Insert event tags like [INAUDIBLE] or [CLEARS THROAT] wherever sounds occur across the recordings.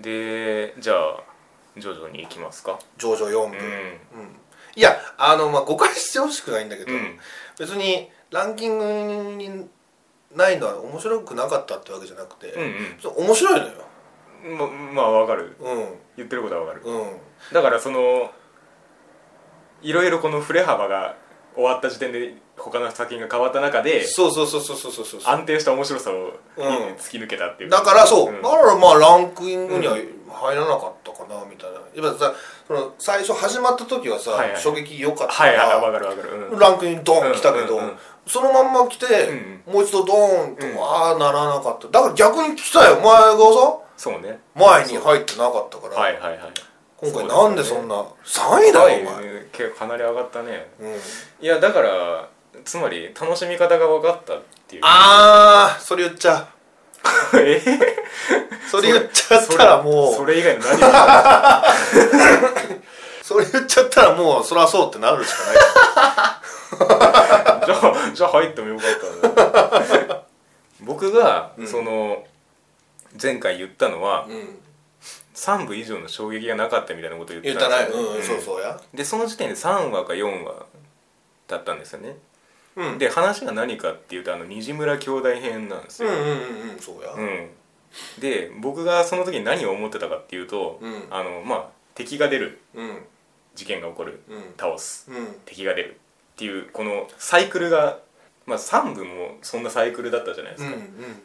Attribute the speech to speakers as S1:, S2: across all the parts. S1: でじゃあ徐々に行きますか
S2: 上場4部、
S1: うん
S2: うんいやあのまあ誤解してほしくないんだけど、
S1: うん
S2: 別にランキングにないのは面白くなかったってわけじゃなくて、
S1: うん
S2: そう面白いのよ
S1: うんままあわかる
S2: う
S1: 言ってることはわかる
S2: んうん
S1: だからそのいろいろこの振れ幅が終わった時点で他の作品が変わった中で
S2: そうそうそうそうそうそうそう
S1: 安定した面白さを
S2: うん
S1: 突き抜けたっていう
S2: だからそう、
S1: ん
S2: だからまあランクイングには入らなかったかなみたいなやっぱさその最初始まった時はさ、
S1: はいはい
S2: 衝撃良かったか
S1: はい
S2: ら、
S1: はいわかるわかるうん
S2: ランクインドーン来たけ
S1: うん
S2: ど、
S1: うんうん
S2: そのまんま来て、
S1: う
S2: もう一度ドーンと
S1: うん
S2: は、ああならなかっただから逆に来たよお前がさ
S1: そうね
S2: 前に入ってなかったから、
S1: はいはいはい
S2: 今回なんでそんな、3位だよお前、
S1: はいけかなり上がったね
S2: うん、
S1: いやだからつまり楽しみ方が分かったっていう
S2: あーそれ言っちゃう
S1: [LAUGHS] え
S2: それ言っちゃったらもう
S1: それ以外の何が
S2: それ言っちゃったらもうそりゃそうってなるしかない
S1: じゃあじゃあ入ってもよかったな僕が、
S2: うん
S1: その前回言ったのは
S2: うん
S1: 3部以上の衝撃がなかったみたいなこと言って
S2: 言ったた
S1: んで
S2: な
S1: す
S2: い
S1: よ
S2: うん、
S1: うん
S2: そうそうや
S1: でその時点で3話か4話だったんですよね、
S2: うん
S1: で話が何かっていうとあの西村兄弟編なんです
S2: うん
S1: よ、
S2: うんうんうんそうや
S1: うんで僕がその時に何を思ってたかっていうと、
S2: うん
S1: あのまあ敵が出る
S2: うんうん
S1: 事件が起こる
S2: うん
S1: 倒す敵が出るっていうこのサイクルが、まあ、3部もそんなサイクルだったじゃないで
S2: う
S1: す
S2: ん
S1: か、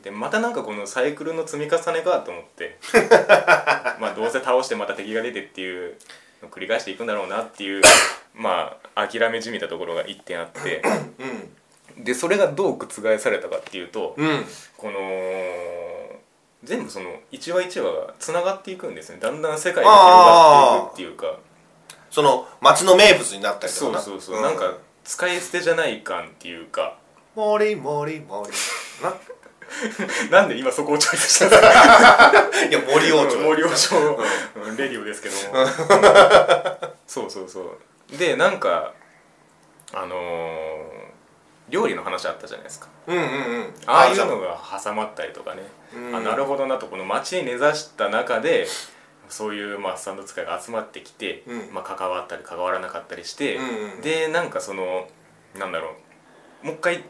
S1: でまたなんかこのサイクルの積み重ねかと思って
S2: [LAUGHS]
S1: まあどうせ倒してまた敵が出てっていうのを繰り返していくんだろうなっていうまあ諦めじみたところが1点あってでそれがどう覆されたかっていうと
S2: うんうん
S1: この全部その一話一話がつながっていくんですねだんだん世界が広がっていくっていうか
S2: その町の名物になったりと
S1: そ
S2: か
S1: う
S2: な
S1: そうそう、なんか使い捨てじゃない感っていうか
S2: 「もりもり
S1: [LAUGHS]
S2: もり」な
S1: なんで今そこをチョイスしたんですか
S2: いや森王朝
S1: 森王朝のレディオですけどもそうそうそうでなんかあのー料理の話あったじゃないですか
S2: うんうんうん
S1: ああいうのが挟まったりとかね、
S2: うん
S1: あなるほどなとこの町に根ざした中でそういうまあスタンド使いが集まってきて、
S2: うん
S1: まあ、関わったり関わらなかったりして、
S2: うんうん
S1: でなんかそのなんだろうもう一回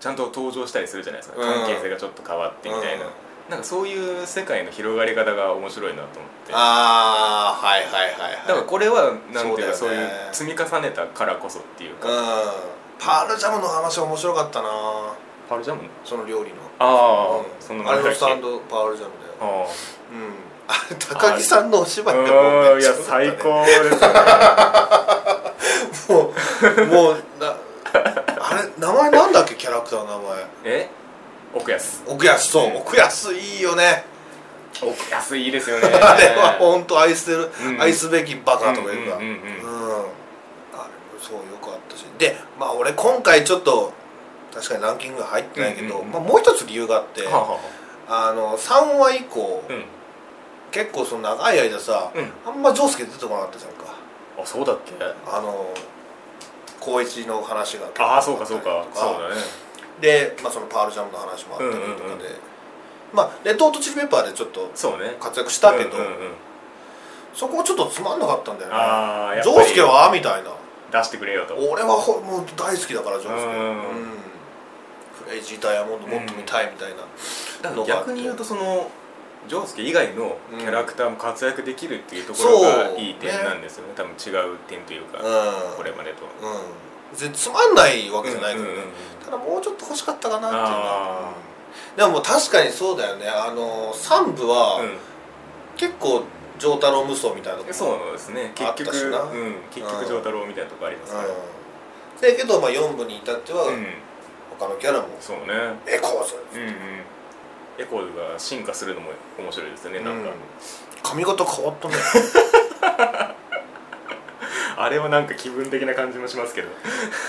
S1: ちゃんと登場したりするじゃないですか
S2: うん
S1: 関係性がちょっと変わってみたいな、
S2: うん
S1: なんかそういう世界の広がり方が面白いなと思ってだ
S2: ああはいはいはいはい
S1: からこれはなんていうか
S2: そ
S1: そうう,、
S2: だよね
S1: いう積み重ねたからこそっていうか、
S2: うんパールジャムの話面白かったな
S1: パルジャム
S2: その料理の
S1: ああ、
S2: うん
S1: その
S2: あれ
S1: だ
S2: の
S1: っけ
S2: スタンドパールジャムだよ
S1: ああ
S2: うんあれ高木さんのお芝居が
S1: う
S2: も
S1: ー
S2: うん
S1: い
S2: めっちゃ
S1: や
S2: 良
S1: 最
S2: かったね
S1: 高ですよ
S2: もうもうなあれ名前なんだっけキャラクターの名前
S1: え奥安
S2: 奥安そううん奥安いいよね
S1: 奥安いいですよね [LAUGHS] あ
S2: あれは本当愛してる、
S1: うん
S2: 愛すべきバカとかいうか
S1: う
S2: うんん
S1: うん
S2: あれもそうよかったしでまあ俺今回ちょっと確かにランキング入ってないけど、
S1: うんうんうん
S2: まあ、もう一つ理由があって、
S1: はあは
S2: あの3話以降、
S1: あうん
S2: 結構その長い間さ、
S1: うん
S2: あんま丈介出てこなかったじゃんか
S1: あそうだっけ
S2: あの高一の話が結構
S1: ああそうかそうか
S2: と
S1: そうだね
S2: で、まあ、そのパールジャムの話もあったり
S1: う
S2: とかで、
S1: んうんうん
S2: まあレトートチリペッパーでちょっと
S1: そうね
S2: 活躍したけど、
S1: うんうんうん
S2: そこちょっとつまんなかったんだよね
S1: あーやっぱ
S2: 丈
S1: り
S2: 介はみたいな
S1: 出してくれよと
S2: 俺はほもう大好きだから丈介
S1: うん
S2: うんクレイジーダイヤモンドもっと見たいみたいな、
S1: だから逆に言うとそのジョースケ以外のキャラクターも活躍できるっていうところ
S2: そ
S1: が
S2: う
S1: いい点なんですよね多分違う点というか
S2: うん
S1: これまでと
S2: うん別につまんないわけじゃないけどね、
S1: うんうんうん
S2: ただもうちょっと欲しかったかなっていうのは
S1: あ
S2: うんでももう確かにそうだよねあの3部は、
S1: うん
S2: 結構丈太郎無双みたいなとこ
S1: そうですね
S2: あ
S1: 結
S2: った
S1: 局
S2: しな
S1: うん結局丈太郎みたいなとこありますから
S2: うんだけど、まあ、4部に至っては、
S1: うん
S2: 他のキャラも
S1: そうね
S2: エコーズ
S1: うんうんエコーが進化するのも面白いですねなんか、
S2: うん髪型変わったね
S1: あれはなんか気分的な感じもしますけど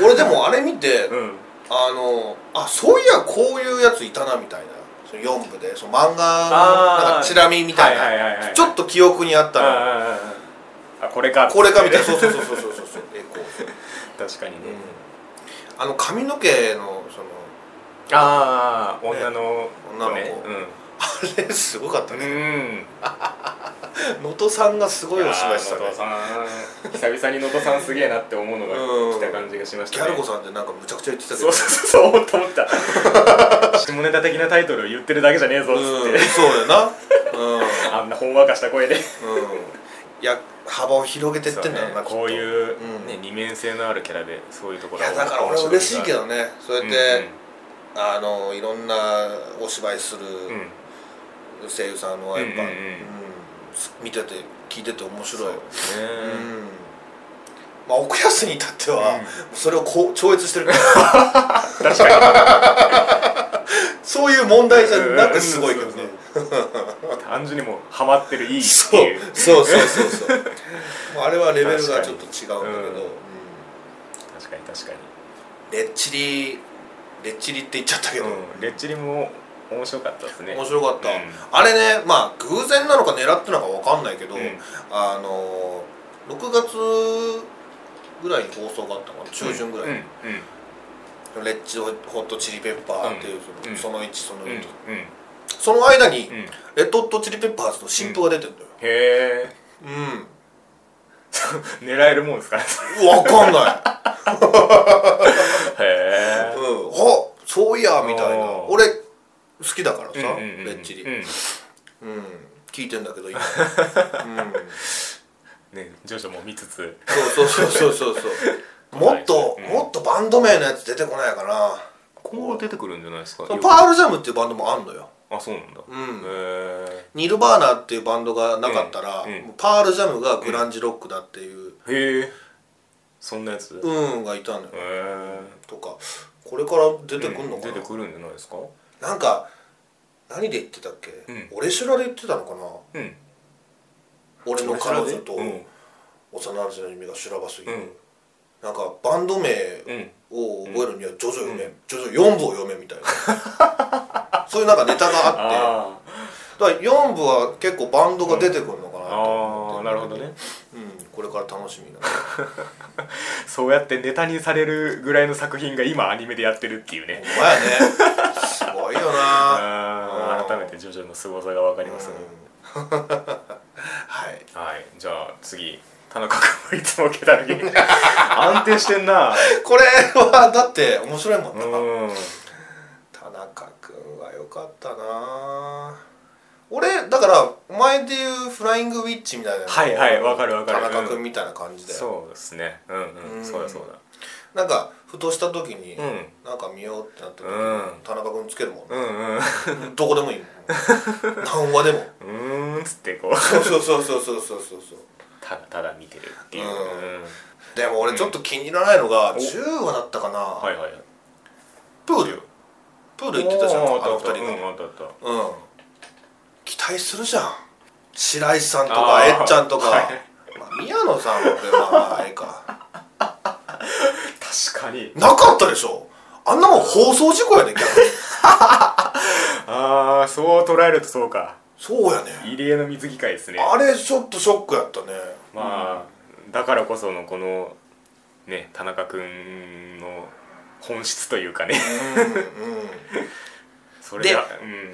S2: 俺でもあれ見て、
S1: うん
S2: あのあそういやこういうやついたなみたいなその4部でその漫画の
S1: あー
S2: なんかチラ見みたいな、
S1: はいはいはいはい
S2: ちょっと記憶にあったら
S1: あああこれか
S2: これか
S1: [LAUGHS]
S2: みたいなそうそうそうそうそうそうそうエコーズ、
S1: 確かにね、
S2: あの髪の毛のその
S1: ああ女の
S2: 女の子
S1: うん
S2: あれすごかった
S1: う
S2: ね、
S1: ん
S2: 能登さんがすごいおしましたね
S1: いやー野戸さん久々に能登さんすげえなって思うのが
S2: うん
S1: 来た感じがしまし
S2: ギ
S1: た
S2: ャ
S1: ね
S2: ル子さんってなんかむちゃくちゃ言ってたけ
S1: そ
S2: ど
S1: うそうそうそう思った思った下ネタ的なタイトルを言ってるだけじゃねえぞっつ
S2: う
S1: っ
S2: ん
S1: て
S2: そうやなうん、うん、
S1: あんなほんわかした声で
S2: いや幅を広げてってんだろうな、きっと
S1: こういう、
S2: うん
S1: ね、二面性のあるキャラでそういうとこ
S2: い
S1: ろは
S2: やだから俺は嬉しいけどねそうや
S1: う
S2: っ
S1: ん
S2: て、あのいろんなお芝居する
S1: うんうん
S2: 声優さんはやっぱ、
S1: うんうんうん
S2: うん見てて聞いてて面白い
S1: そうですね、
S2: うんまあ奥安に至っては、
S1: う
S2: それをこう超越してるから [LAUGHS]
S1: 確かに
S2: そういう問題じゃなくてすごいけどね
S1: 単純にもうハマってるいいって
S2: [LAUGHS] そう
S1: いう
S2: そうそうそう
S1: [LAUGHS]
S2: そうまああれはレベルがちょっと違うんだけ
S1: 確かにう
S2: ど
S1: ん確かに確か
S2: うんレッチリレッチリって言っちゃったけ
S1: に、
S2: ど、
S1: うん、レッチリも面白かったですね
S2: 面白かった、
S1: うん
S2: あれねまあ偶然なのか狙ってなのか分かんないけど、
S1: うん
S2: あの6月ぐらいに放送があったのかな中旬ぐらい、
S1: うんうん
S2: レッチホットチリペッパーっていう
S1: うんうん
S2: その,、一その1その
S1: うんう
S2: 2、
S1: ん
S2: その間に、
S1: うんへ
S2: レッドホットチリペッパーズの新譜が出てるんだよ
S1: え
S2: うん
S1: 狙えるもんですかね
S2: 分かんな
S1: へ
S2: い、
S1: え
S2: うん、あそういやみたいな
S1: おー
S2: 俺好きだからさ、
S1: うんうんうん
S2: レッチリ、
S1: う
S2: うん
S1: ん
S2: 聞いてんだけど今、うん、
S1: ね徐々も見つつ
S2: そうそうそうそうそうそうもっと、
S1: うん
S2: もっとバンド名のやつ出てこないかな
S1: 今後出てくるんじゃないですか
S2: その
S1: よく
S2: パールジャムっていうバンドもあんのよ、
S1: あそうなんだ
S2: う
S1: へ
S2: ん、
S1: え
S2: ニルバーナっていうバンドがなかったら、
S1: うんうん
S2: もうパールジャムがグランジロックだっていう
S1: へえそんなやつへ
S2: うんがいたのよ
S1: え
S2: とかこれから出てくんのか
S1: 出
S2: な、
S1: てくるんじゃないですか
S2: なんか何で言ってたっけ、
S1: うん
S2: 俺修羅で言ってたのかな
S1: うん
S2: 俺の彼女と
S1: うん
S2: 幼なじみが修羅バスいる、
S1: うん
S2: なんかバンド名
S1: うん
S2: を覚えるには徐々読め、徐々4部を読めみたい
S1: [LAUGHS]
S2: なそういうなんかネタがあって
S1: あー
S2: だから4部は結構バンドが出てくるのかなと
S1: あ
S2: 思って
S1: ーなるほどね
S2: うん、これから楽しみな
S1: そうやってネタにされるぐらいの作品が今アニメでやってるっていう
S2: お
S1: ね
S2: 前ねすごいよな
S1: あー改めて徐々の凄さが分かりますね
S2: うんはい
S1: はいじゃあ次田中君はいつもけだるげ [LAUGHS] 安定してんな
S2: これはだって面白いもん
S1: う
S2: な、
S1: ん
S2: 田中君は良かったな俺だからお前でいうフライングウィッチみたいな
S1: はいはいわかるわかる
S2: 田中
S1: う
S2: 君
S1: ん
S2: みたいな感じで、
S1: そうですねうんうん、
S2: うん
S1: そうだそう
S2: なんかふとした時に、
S1: だうん
S2: なんか見ようってなった時、
S1: うん
S2: 田中君つけるもん
S1: う
S2: ね、
S1: んうん
S2: どこでもいいもん何話でも
S1: うーんっつってこう
S2: そうそうそうそうそうそうそう
S1: ただただ見てるっていう、
S2: うん
S1: うん
S2: でも俺ちょっと気に入らないのが
S1: お
S2: 10話だったかな、
S1: はいはい
S2: プールプール行ってたじゃんあ
S1: おーあ
S2: の
S1: ったあった
S2: 二人
S1: うん
S2: が
S1: あったあった
S2: うん期待するじゃん白石さんと
S1: あ
S2: か
S1: ー
S2: えっちゃんとか、
S1: はい
S2: まあ、宮野さんはまあまああれか
S1: 確かに
S2: なかったでしょあんなもん放送事故やね逆に
S1: ああそう捉えるとそうか
S2: そうやね
S1: 入江の水着会ですね
S2: あれちょっとショックやったね
S1: まあだからこそのこのね田中君の本質というかね
S2: うんうん
S1: それが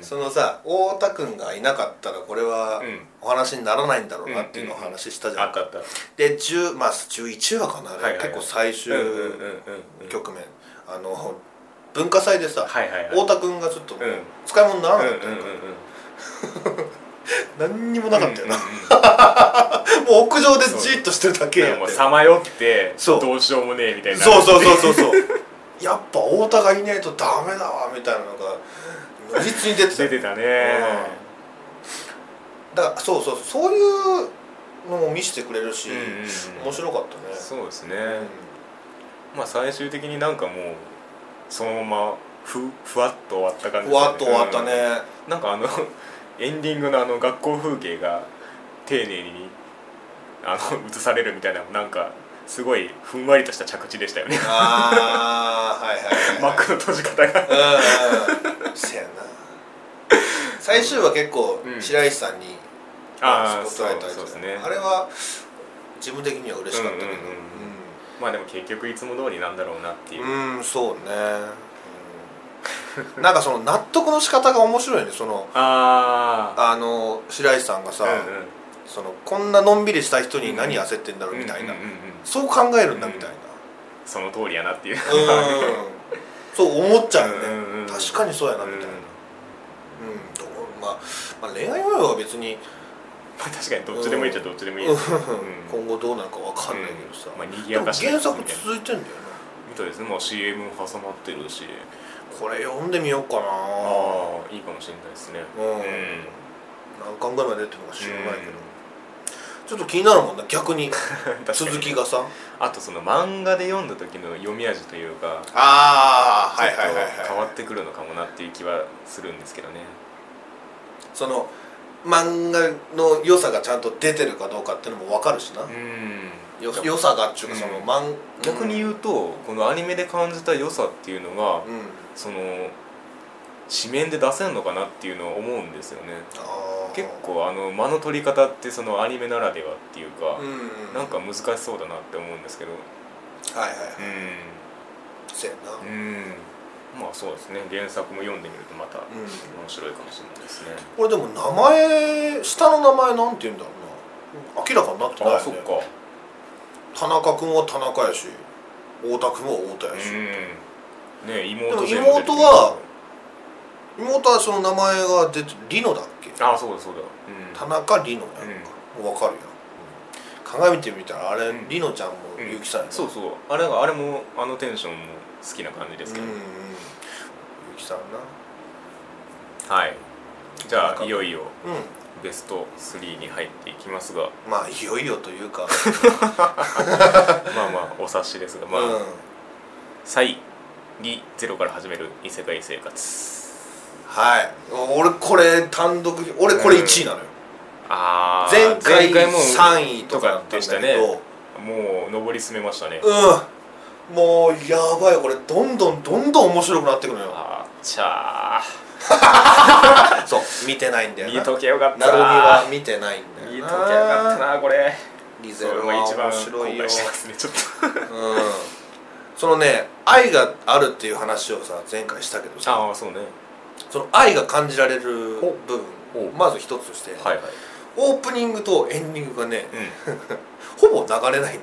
S2: そのさ太田君がいなかったらこれは
S1: うん
S2: お話にならないんだろうなっていうのを
S1: うんうんうん
S2: 話した
S1: う
S2: じ
S1: ん
S2: ゃ
S1: あ
S2: ん、
S1: ったあった
S2: で10まあ11話かなあれ、
S1: はいはいはい
S2: 結構最終
S1: うんうんうんうん
S2: 局面、あの文化祭でさ、
S1: はいはいはい
S2: 太田君がちょっともう
S1: うん
S2: 使い物になら
S1: うん
S2: な
S1: うん
S2: かった
S1: う
S2: よ
S1: んうん
S2: 何にもなかったよな、
S1: うん
S2: [LAUGHS] もう屋上でじーっとしてるだけ
S1: うん
S2: や
S1: うんもう
S2: って
S1: さまよって
S2: そう
S1: どうしようもねえみたいな
S2: そうそうそうそうそう [LAUGHS] やっぱ太田がいないとダメだわみたいなのが如実に出てた
S1: 出てたね
S2: だからそうそうそういうのも見せてくれるし、
S1: うんうんうん
S2: 面白かったね
S1: そうですね
S2: うん
S1: まあ最終的になんかもうそのままふふわっと終わった感じ
S2: ふわっと終わったね、
S1: うんなんかあの [LAUGHS] エンディングのあの学校風景が丁寧にあの映されるみたいななんかすごいふんわりとした着地でしたよ
S2: [LAUGHS]
S1: ね
S2: ああはい
S1: [LAUGHS]
S2: はいはい、はい、
S1: 幕の閉じ方が
S2: うんうんせやな最終は結構
S1: うん
S2: 白石さんに
S1: ああ
S2: ス
S1: そ
S2: ポ
S1: う
S2: ットライト
S1: そう
S2: 当
S1: です
S2: てて
S1: ね
S2: あれは自分的には嬉しかったけど
S1: うんうんまあでも結局いつも通りなんだろうなっていう、
S2: うんうんそうね、うんなんかその納得の仕方が面白いねその
S1: ああ
S2: あの白石さんがさ、
S1: うんうん
S2: そのこんなのんびりした人に何焦ってんだろうみたいな、
S1: うんうんうんうん
S2: そう考えるんだみたいな
S1: その通りやな [LAUGHS] っていう
S2: うんそう思っちゃうよね、
S1: うんうん
S2: 確かにそうやなみたいな、
S1: うん
S2: うんどうまあ、まあ恋愛模様は別に、
S1: まあ確かにどっちでもいいっちゃどっちでもいい
S2: うん
S1: です、
S2: 今後どうなるかわかんないけどさ、
S1: うんまあ賑やかし
S2: で
S1: な
S2: も原作続いてんだよね
S1: みたいですね、まあ、CM も挟まってるし
S2: これ読んでみようかな
S1: ああいいかもしれないですね
S2: うん
S1: うん [LAUGHS]
S2: 何巻ぐらいまで出てるのか知らないけど、ちょっと気になるもんな逆に
S1: 確かに
S2: 続きがさ
S1: あとその漫画で読んだ時の読み味というか
S2: あ
S1: ち
S2: あ
S1: ょ
S2: は
S1: っ
S2: いはいはい、はい、
S1: と変わってくるのかもなっていう気はするんですけどね
S2: その漫画の良さがちゃんと出てるかどうかっていうのも分かるしな、
S1: うん
S2: よ良さがっちゅうかその
S1: うん
S2: 漫、
S1: 逆に言うとこのアニメで感じた良さっていうのが
S2: うん、
S1: その紙面で出せんのかなっていうのは思うんですよね
S2: あー
S1: 結構あの間の取り方ってそのアニメならではっていうか
S2: うん、うん、
S1: なんか難しそうだなって思うんですけどう
S2: はいはいはい
S1: ん
S2: せやな、
S1: うんまあそうですね原作も読んでみるとまた
S2: うん
S1: 面白いかもしれないですね
S2: これでも名前下の名前なんて言うんだろうな明らかになってない
S1: あ
S2: よ
S1: あそっ
S2: ね
S1: か
S2: 田中君は田中やし太田君は太田やし、
S1: うんね妹
S2: でも妹は妹はその名前が出てリノだっけ
S1: ああそうだそうだ
S2: 田中リノやんか、もう分かるやん、鏡見てみたらあれ、
S1: うん
S2: リノちゃんも
S1: うんうん
S2: 結城さんやな
S1: そうそうあれがあれもあのテンションも好きな感じですけど
S2: うんうんゆきさんな
S1: はいじゃ
S2: な
S1: あ
S2: ん
S1: いよいよ
S2: う
S1: ベスト3に入っていきます
S2: [LAUGHS]
S1: が
S2: んまあいよいよというか、
S1: まあまあお察しですが [LAUGHS] まあ、
S2: うん
S1: サイにゼロから始める異世界生活
S2: はい俺これ単独俺これ1位なのよ、
S1: あー
S2: 前回
S1: も
S2: 3位とかだったん
S1: でした
S2: だ
S1: ね
S2: けど
S1: もう上り詰めましたね、
S2: うんもうやばいこれどんどんどんどん面白くなってくのよ
S1: あーちゃ
S2: そう見てないんだ
S1: ー
S2: よ
S1: 見
S2: な
S1: とけよかっ
S2: な
S1: た
S2: るみは見てないんだよな
S1: 見とけよかったなこれ
S2: リゼ
S1: それ
S2: ロ
S1: も
S2: は
S1: 一番
S2: 面
S1: 後
S2: 白いよ
S1: 悔してますねちょっ
S2: うんそのね愛があるっていう話をさ前回したけど
S1: と
S2: さ
S1: ああそうね
S2: その愛が感じられる部
S1: お
S2: 分
S1: お
S2: まず一つとして、
S1: はいはい
S2: オープニングとエンディングがね
S1: うん
S2: ほぼ流れないんだよね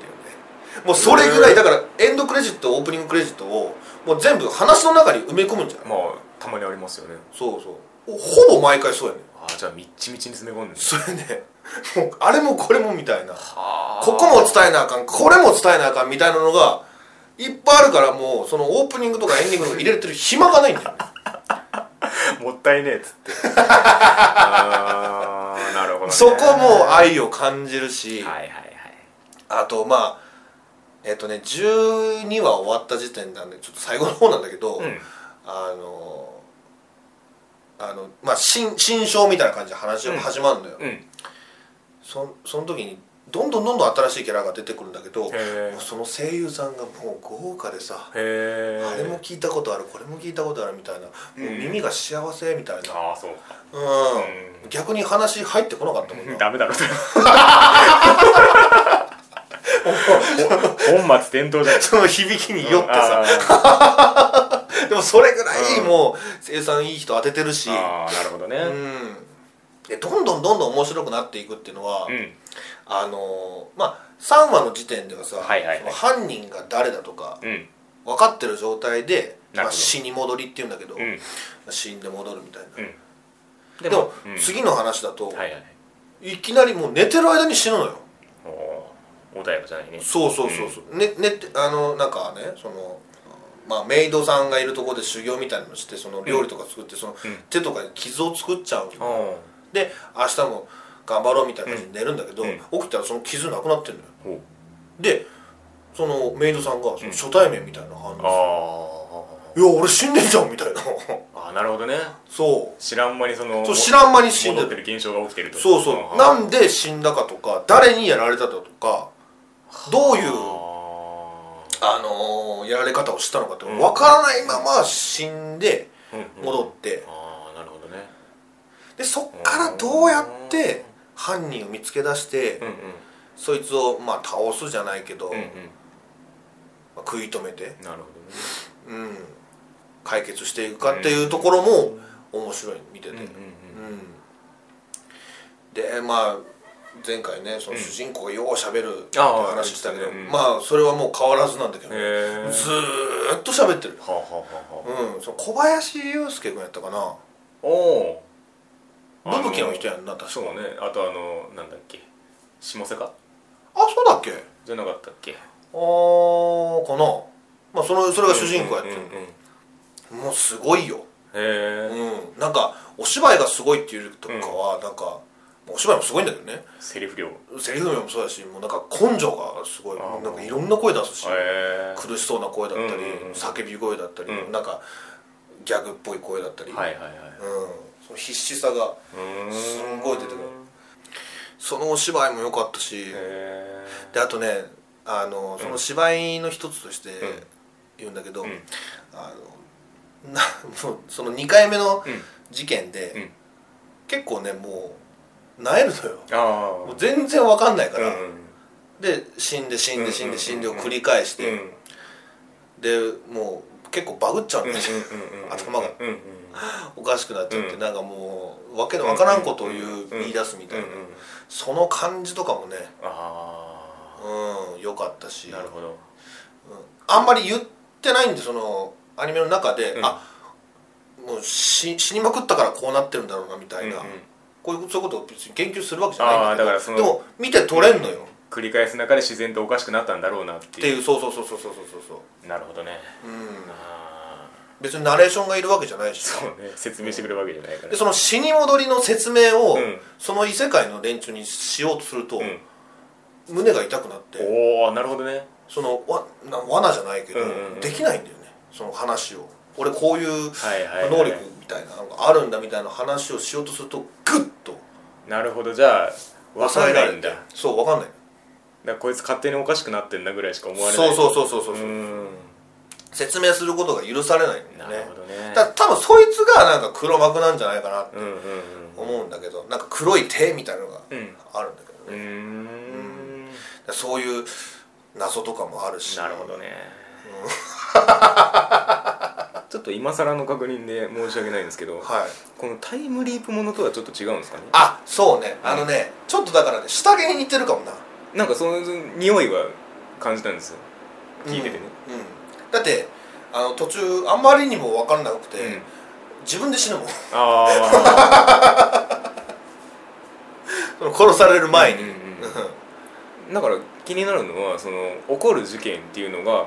S2: もうそれぐらいだからエンドクレジットオープニングクレジットをもう全部話の中に埋め込むんじゃない
S1: まあたまにありますよね
S2: そうそうおほぼ毎回そうやね
S1: ああじゃあみっちみちに詰め込んでる
S2: それねもうあれもこれもみたいな
S1: は
S2: ここも伝えなあかんこれも伝えなあかんみたいなのがいっぱいあるからもうそのオープニングとかエンディングとか入れてる暇がないんだよ
S1: [LAUGHS]
S2: ね
S1: もったいねえっつってああなるほど、ね、
S2: そこも
S1: はい
S2: 愛を感じるし、
S1: はいはい
S2: あとまあえっ、とね12話終わった時点なんでちょっと最後の方なんだけど、
S1: うん
S2: あのあのまあ新新章みたいな感じで話が始まるのよ、
S1: うん
S2: そその時にどんどんどんどん新しいキャラが出てくるんだけども
S1: へえ
S2: うその声優さんがもう豪華でさ
S1: へえ
S2: あれも聞いたことあるこれも聞いたことあるみたいなもう耳が幸せみたいな
S1: ああそうか
S2: うん、逆に話入ってこなかった
S1: [LAUGHS]
S2: もんな
S1: ダメだろそれ本末転倒じゃない
S2: その響きに酔ってさ、
S1: あ
S2: でもそれぐらい
S1: うん
S2: もう声優さんいい人当ててるし
S1: ーあーなるほどね
S2: う
S1: うん
S2: でどんどんどんどん面白くなっていくっていうのは、
S1: ん
S2: あのーまあ3話の時点ではさ、
S1: はいはいはい
S2: その犯人が誰だとか
S1: うん
S2: 分かってる状態で、
S1: なるほど
S2: まあ、死に戻りっていうんだけど、
S1: うん
S2: 死んで戻るみたいな、
S1: うん
S2: でも、
S1: うん
S2: 次の話だと、
S1: はいはいはい
S2: い、きなりもう寝てる間に死ぬのよ
S1: おー穏やかじゃないね
S2: そうそうそうそう、ね寝てあのなんかねそのまあメイドさんがいるところで修行みたいなのしてその料理とか作ってその、
S1: うん
S2: 手とかに傷を作っちゃうの、
S1: あ
S2: で明日も頑張ろうみたいな感じで寝るんだけど、
S1: うん
S2: 起きたらその傷なくなってるのよ
S1: ーお
S2: でそのメイドさんがその初対面みたいな反応、
S1: あ
S2: いや俺死んでんじゃんみたい [LAUGHS] な
S1: ーあーなるほどね
S2: そう
S1: 知らん間にその
S2: そう知らん間に死んで
S1: 戻って
S2: る
S1: る現象が起きてると
S2: そうそうなんで死んだかとか誰にやられただとかどういうあのーやられ方をしたのかって
S1: うん
S2: わからないまま死んで戻
S1: 戻
S2: って
S1: ああなるほどね
S2: でそっからどうやって犯人を見つけ出して
S1: うんうん
S2: そいつをまあ倒すじゃないけど、
S1: うん
S2: まあ食い止めて
S1: うんなるほ
S2: うん、解決していくかっていうところも面白い見てて、
S1: どね
S2: う
S1: うんんうんうん
S2: でまあ前回ねその主人公がよう喋るって
S1: あー
S2: 話したけど、
S1: そうですねうん
S2: まあそれはもう変わらずなんだけど、
S1: へえ
S2: ずーっと喋ってる、
S1: はあはあはあはあ
S2: うん、その小林祐介君やったかな
S1: おお
S2: ブブキの人やんな確か
S1: そうねあとあのなんだっけ下瀬か
S2: あそうだっけ
S1: じゃなかったっけ
S2: あーかなまあそのそれが主人公やってる、
S1: うんうんうんうんへ
S2: もうすごいよ、う
S1: え
S2: ん、なんかお芝居がすごいっていうよりとかは、なんかお芝居もすごいんだけどね
S1: セリフ量へ
S2: セリフもそうだしもうなんか根性がすごい
S1: あー
S2: もうなんかいろんな声出すし、
S1: え
S2: 苦しそうな声だったり、
S1: うんうんうん
S2: 叫び声だったり、
S1: うん
S2: なんかギャグっぽい声だったり、
S1: はいはいはい
S2: うん、その必死さが
S1: うーん
S2: すんごい出てくるそのお芝居も良かったし、
S1: へ
S2: であとねあのその芝居の一つとして
S1: ん
S2: 言うんだけど、
S1: うん
S2: あのなもうその2回目の
S1: えうん
S2: 事件で、
S1: うん
S2: 結構ねもうなえるのよ
S1: あ
S2: もう
S1: あ
S2: 全然わかんないから、
S1: うん
S2: で死んで死んで死ん
S1: うんうんうんう
S2: で
S1: ん
S2: 死んでを繰り返し
S1: うん
S2: て、でもう結構バグっちゃうん
S1: うん
S2: ですよ、
S1: うんうん
S2: 頭が
S1: うんうん
S2: [LAUGHS] おかしくなっちゃって、
S1: うん
S2: なんかもうわけのわからんことを言う、言い出すみたいな、
S1: うんうん
S2: その感じとかもね
S1: あ
S2: うん良かったし
S1: あなるほど
S2: うんあんまり言ってないんでそのアニメの中で、
S1: うん
S2: あもう死死にまくったからこうなってるんだろうなみたいな、
S1: うんうん
S2: こういうそういうことを別に言及するわけじゃないんだけ
S1: あーだか
S2: ど
S1: らその
S2: でも見て取れんのよ、っ
S1: 繰り返す中で自然とおかしくなったんだろうなって
S2: て
S1: いう
S2: いうそうそうそうそうそうそうそう
S1: なるほどね
S2: うん
S1: ああ
S2: 別にナレーションがいるわけじゃないし
S1: そうね説明してくれるわけじゃないから
S2: でその死に戻りの説明を、
S1: うん
S2: その異世界の連中にしようとすると、
S1: うん
S2: 胸が痛くなって
S1: おおなるほどね
S2: そのわな罠じゃないけど、
S1: うんうんうん
S2: できないんだよねその話を俺こういう
S1: はいはいはい
S2: 能力みたいなのがあるんだみたいな話をしようとするとグッと
S1: なるほどじゃあ分かんないんだ
S2: て
S1: だか
S2: そう分かんない
S1: らこいつ勝手におかしくなってんなぐらいしか思われない
S2: そうそうそうそうそううそう
S1: ーん
S2: 説明することが許されないんだ
S1: な
S2: よ
S1: る
S2: ね
S1: ほどね
S2: だ多分そいつがなんか黒幕なんじゃないかなって
S1: うんうんうん
S2: 思うんだけどなんか黒い手みたいなのが
S1: うん
S2: あるんだけどね、
S1: うーん
S2: だそういう謎とかもあるし
S1: なるほどねちょっと今更の確認で申し訳ないんですけど
S2: はい
S1: このタイムリープものとはちょっと違うんですかね
S2: あそうねあのね、ちょっとだからね下着に似てるかもな
S1: なんかその匂いは感じたんですよ聞いててね
S2: うん、うんだってあの途中あまりにも分からなくて、
S1: うん
S2: 自分で死ぬもん [LAUGHS]
S1: あ
S2: その殺される
S1: あ
S2: [LAUGHS] 前に、
S1: うんう
S2: うん
S1: んうんだから気になるのはその起こる事件っていうのが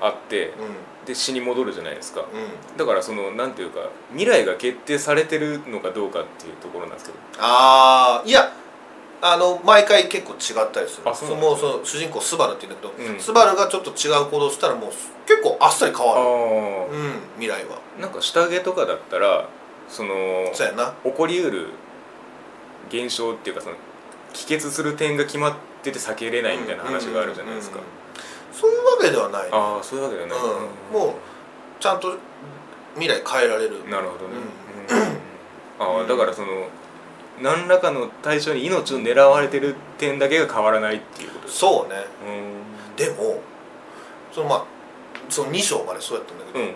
S1: あってで死に戻るじゃないですか
S2: うん
S1: だからそのなんていうか未来が決定されてるのかどうかっていうところなんですけど
S2: ああいやあの毎回結構違ったりする
S1: あそうなんだ
S2: もうその主人公スバルって言うんだけど、
S1: うん
S2: スバルがちょっと違う行動したらもう結構あっさり変わる
S1: あ
S2: うん未来は
S1: あなんか下着とかだったらその
S2: そうやな
S1: 起こりうる現象っていうかその帰結する点が決まってて避けれないみたいな話があるじゃないですか
S2: うんうんうんそういうわけではない
S1: ああそういうわけじゃない
S2: うんもうちゃんと未来変えられる
S1: なるほどね、
S2: うん
S1: うんああだからその何らかの対象に命を狙われてる点だけが変わらないっていうことです
S2: そうね
S1: うーん
S2: でもそのまあその2章までそうやったんだけ
S1: う
S2: ど、
S1: ん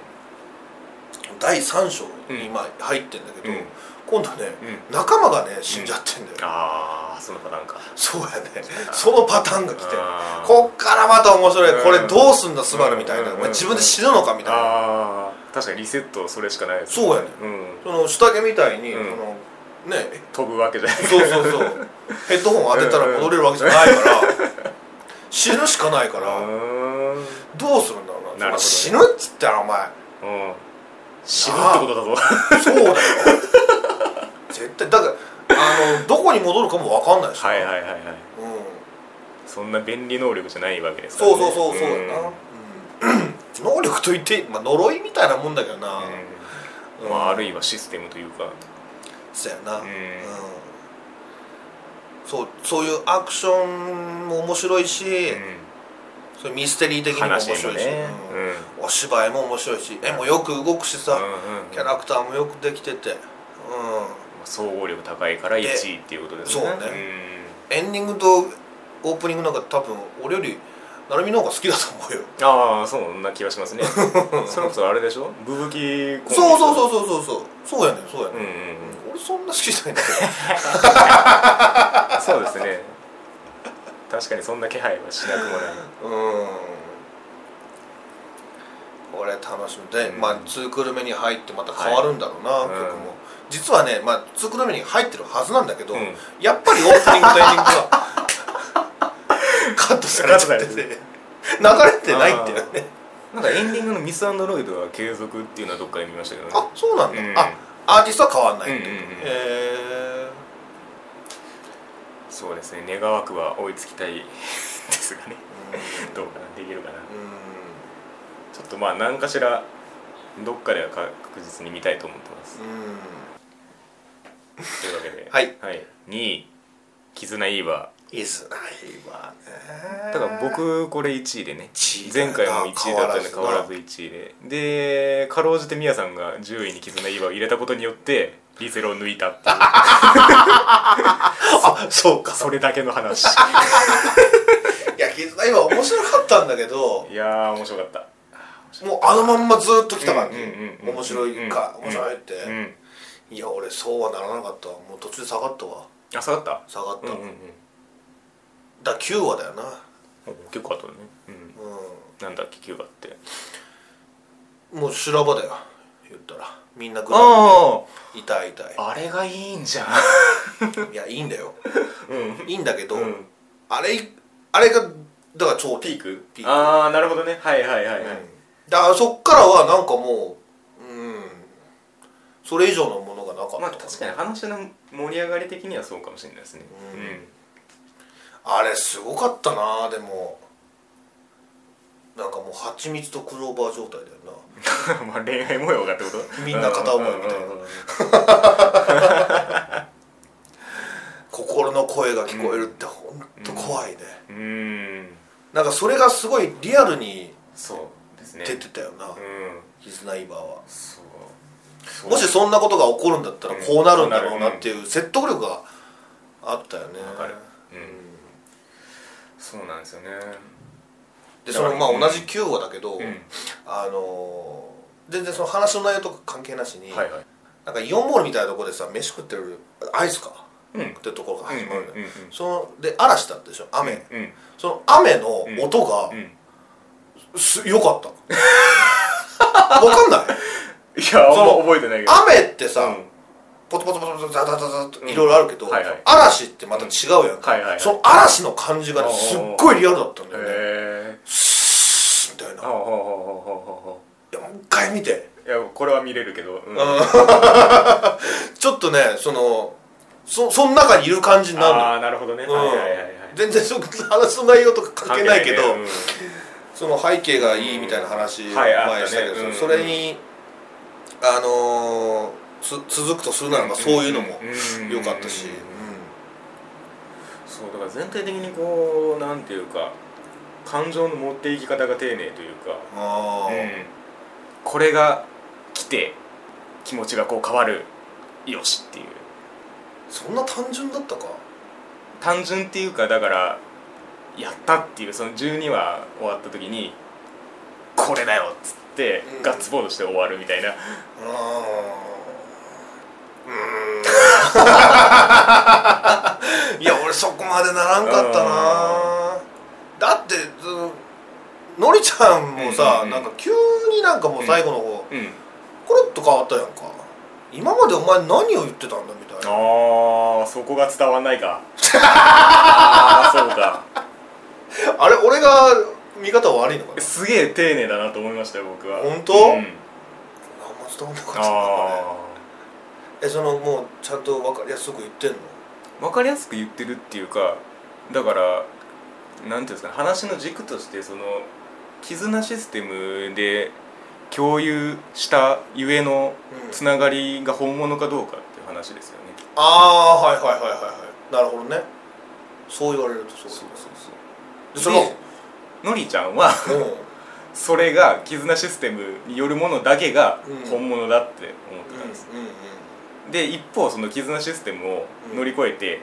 S2: 第3章に今入ってんだけど、
S1: うん
S2: 今度ね、
S1: うん
S2: 仲間がね死んじゃってんだよ、
S1: ああそのパターンか
S2: そうやねそのパターンが来て
S1: あー
S2: こっからまた面白
S1: う
S2: い
S1: ん
S2: これどうすんだスバルみたいな、
S1: うん
S2: お前自分で死ぬのかみたいな
S1: ああ確かにリセットそれしかないです
S2: そうやね
S1: うん
S2: その下着みたいに、
S1: うん
S2: このねえ
S1: 飛ぶわけじゃない
S2: そうそうそう
S1: [LAUGHS]
S2: ヘッドホン当てたら戻れるわけじゃないから死ぬしかないか
S1: う
S2: ら
S1: ーんうん
S2: どうするんだろうな
S1: なるほどね
S2: 死ぬっつったらお前
S1: 死ぬってことだぞ
S2: そうだよ絶対だからあのどこに戻るかも分かんないし
S1: はいはいはいはい
S2: うん、
S1: そんな便利能力じゃないわけですから
S2: そう
S1: ね
S2: そうそうそうだな、うん能力と言って、まあ、呪いみたいなもんだけどな、
S1: うんまああるいはシステムというか
S2: そうやな、
S1: うん
S2: そうそういうアクションも面白いし、
S1: うん
S2: そういうミステリー的にも面
S1: 話
S2: 白い
S1: も
S2: し、
S1: ね
S2: うん
S1: うん
S2: お芝居も面白いし絵もよく動くしさ、
S1: うんうんうん
S2: キャラクターもよくできてて、うん、
S1: 総合力高いから1位っていうことですね
S2: そうねエンディングとオープニングなんか多分俺より成海の方が好きだと思うよ
S1: うんああそんな気がし
S2: [LAUGHS]
S1: ますねそれこそあれでしょブブキコンビ
S2: そうそうそうそうそうそうそうやねんそうやね
S1: うん
S2: ん、
S1: うんうん
S2: 俺そんな好きじゃないんだけど
S1: そうですね確かにそんな気配はしなくもない [LAUGHS]
S2: うんこれ楽しみで、
S1: うん
S2: まあ2クル目に入ってまた変わるんだろうな、
S1: い
S2: 曲
S1: う
S2: も実はね、まあ、2クル目に入ってるはずなんだけ [LAUGHS] ど、
S1: うん
S2: やっぱりオープニングとエンディングはカットされちゃって
S1: カッ
S2: て
S1: トさ
S2: 流
S1: れ
S2: れてないっていうね
S1: なんかエンディングのミスロイドは継続っていうのはどっかで見ましたけどね
S2: あそうなんだ、
S1: うん
S2: あアーティストは変わんない
S1: うん
S2: へ、
S1: んうんうん
S2: え
S1: そうですね願わくは追いつきたいですがね [LAUGHS] どうかなできるかな
S2: うん
S1: ちょっとまあ何かしらどっかではか確実に見たいと思ってます
S2: うん
S1: というわけでは
S2: はい
S1: はい、2位「絆いいわ
S2: いいっすないわね」
S1: だから僕これ1位でね
S2: 1位だな
S1: 前回も1位だったんで
S2: 変
S1: 変
S2: わ
S1: わ
S2: ら
S1: ら
S2: ず
S1: ず1位ででかろうじてみやさんが10位に「絆いいわ」を入れたことによってリゼロを抜いたっていう
S2: [LAUGHS] あそうか
S1: それだけの
S2: [LAUGHS]
S1: 話
S2: いや絆今面白かったんだけど
S1: いやー面白かった
S2: もうあのまんまずーっと来た感じ、
S1: うんうんうんうん
S2: 面白いか、面白いって、
S1: うん
S2: いや俺そうはならなかったわもう途中で下がったわ
S1: あ下がった
S2: 下がった、
S1: うんうんう
S2: だ
S1: ん
S2: から9話だよな
S1: お結構あったねうんなんだっけキューバって
S2: うんもう修羅場だよ言ったらみんなグラム
S1: あ
S2: 痛い痛い
S1: ああれがいいんじゃん
S2: いやいいんだよ
S1: うん
S2: いいんだけど、
S1: うん
S2: あれあれがだから超ピークピーク
S1: ああなるほどねはいはいはいはい
S2: うんだからそっからはなんかもううんそれ以上のものがなかった
S1: まあ確かに話の盛り上がり的にはそうかもしれないですね
S2: う
S1: うんん、
S2: あれすごかったなでもなんかもう蜂蜜とクローバー状態だよ
S1: [LAUGHS]
S2: な
S1: まあ恋愛模様がってこと
S2: みんな片思いみたいな
S1: うんうんうんうん
S2: 心の声が聞こえるってほんと怖いね、
S1: うん
S2: なんかそれがすごいリアルに
S1: そうですね
S2: 出てたよな、
S1: うん
S2: 絆イバーは
S1: そう
S2: もしそんなことが起こるんだったら
S1: うん
S2: こうなるんだろうなっていう説得力があったよね
S1: わかるうんそうなんですよね
S2: でそのまあ同じ9話だけど、
S1: うん
S2: あのー全然その話の内容とか関係なしに、
S1: はいはい
S2: なんかイオンモールみたいなところでさ飯食ってるアイスか、
S1: うん
S2: ってところが始まるんだよ、
S1: うんうんうんうん
S2: そので嵐だったでしょ雨、
S1: うん
S2: その雨の音が
S1: うん
S2: す良かった、わかんない
S1: いや
S2: そ
S1: あん
S2: の
S1: ま覚えてないけど
S2: 雨ってさ、
S1: うん
S2: ポツポツポツポツザザザザっていろいろあるけど、
S1: うんはいはい
S2: 嵐ってまた違うやんか、
S1: はいはいはい
S2: その嵐の感じがね
S1: おうおう
S2: すっごいリアルだったんだよね
S1: へえ
S2: シーッみたいな
S1: ああ
S2: い
S1: ほうほうほうほうほうほ
S2: やもう一回見て
S1: ういやこれは見れるけど、うん、
S2: ちょっとねそのそその中にいる感じになるのよ
S1: ああなるほどね、はいはいはいはい
S2: 全然その話の内容とか関係ないけど
S1: 関係
S2: その背景がいいみたいな話を
S1: うんはいあったね
S2: 前したけど、
S1: うん
S2: それに、あのーつ続くとするならばそういうのも
S1: うん
S2: 良かったし、
S1: うんそうだから全体的にこうなんていうか感情の持っていき方が丁寧というか、
S2: あ
S1: う
S2: ー
S1: んこれが来て気持ちがこう変わるよしっていう
S2: そんな単純だったか
S1: 単純っていうかだからやったっていうその12話終わった時にこれだよっつって
S2: うん
S1: ガッツポーズして終わるみたいな、
S2: あーうーんいや俺そこまでならんかったなだってそののりちゃんもさ、
S1: うんうんうん
S2: なんか急になんかもう最後の方、
S1: うん、
S2: コロッと変わったやんか今までお前何を言ってたんだみたいな
S1: ああそこが伝わんないか [LAUGHS] ああそうか
S2: あれ俺が見方悪いのかな
S1: すげえ丁寧だなと思いましたよ僕は
S2: 本当
S1: うん、
S2: あんま伝わんなかったな
S1: あ
S2: えそのもうちゃんと分かりやすく言ってんの
S1: あ分かりやすく言ってるっていうかだからなんていうんですかね話の軸としてその絆システムで共有したゆえの
S2: うん
S1: つながりが本物かどうかっていう話ですよね、
S2: ああはいはいはいはいはいなるほどねそう言われるとそう
S1: そうそう
S2: で
S1: そ
S2: そうの
S1: でのりちゃんはそれが絆システムによるものだけが
S2: うん
S1: 本物だって思って
S2: うん
S1: たんです、
S2: うんうんうん
S1: で一方その絆システムを乗り越えて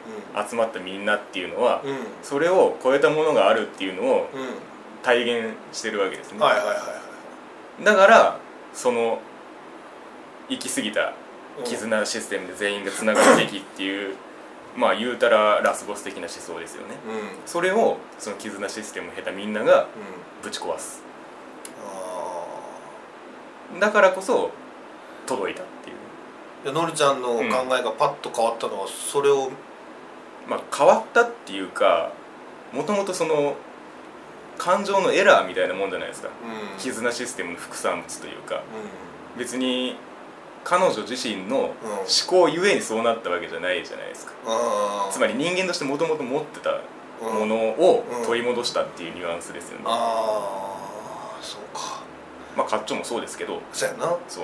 S1: 集まったみんなっていうのは、
S2: うん
S1: それを超えたものがあるっていうのを
S2: うん
S1: 体現してるわけですね、
S2: はいはいはいはい
S1: だからその行き過ぎた
S2: うん
S1: 絆システムで全員がつながっていきっていうまあ言うたらラスボス的な思想ですよね
S2: うんうん
S1: それをその絆システムを経たみんながぶち壊す
S2: あ
S1: だからこそ届いたっていう
S2: ーいやのりちゃんの考
S1: う
S2: え
S1: ん
S2: がパッと変わったのはそれを、
S1: まあ変わったっていうかもともとその感情のエラーみたいなもんじゃないですか
S2: うん
S1: 絆システムの副産物というか
S2: う
S1: 別に彼女自身の
S2: うん
S1: 思考ゆえにそうなったわけじゃないじゃないですか
S2: ん、
S1: つま
S2: り
S1: り人間としてもともと持ってたも
S2: うん、
S1: のを取り戻したっていうニュアンスですよね、
S2: ああそうか
S1: まあカッチョンもそうですけど
S2: そうやな
S1: そう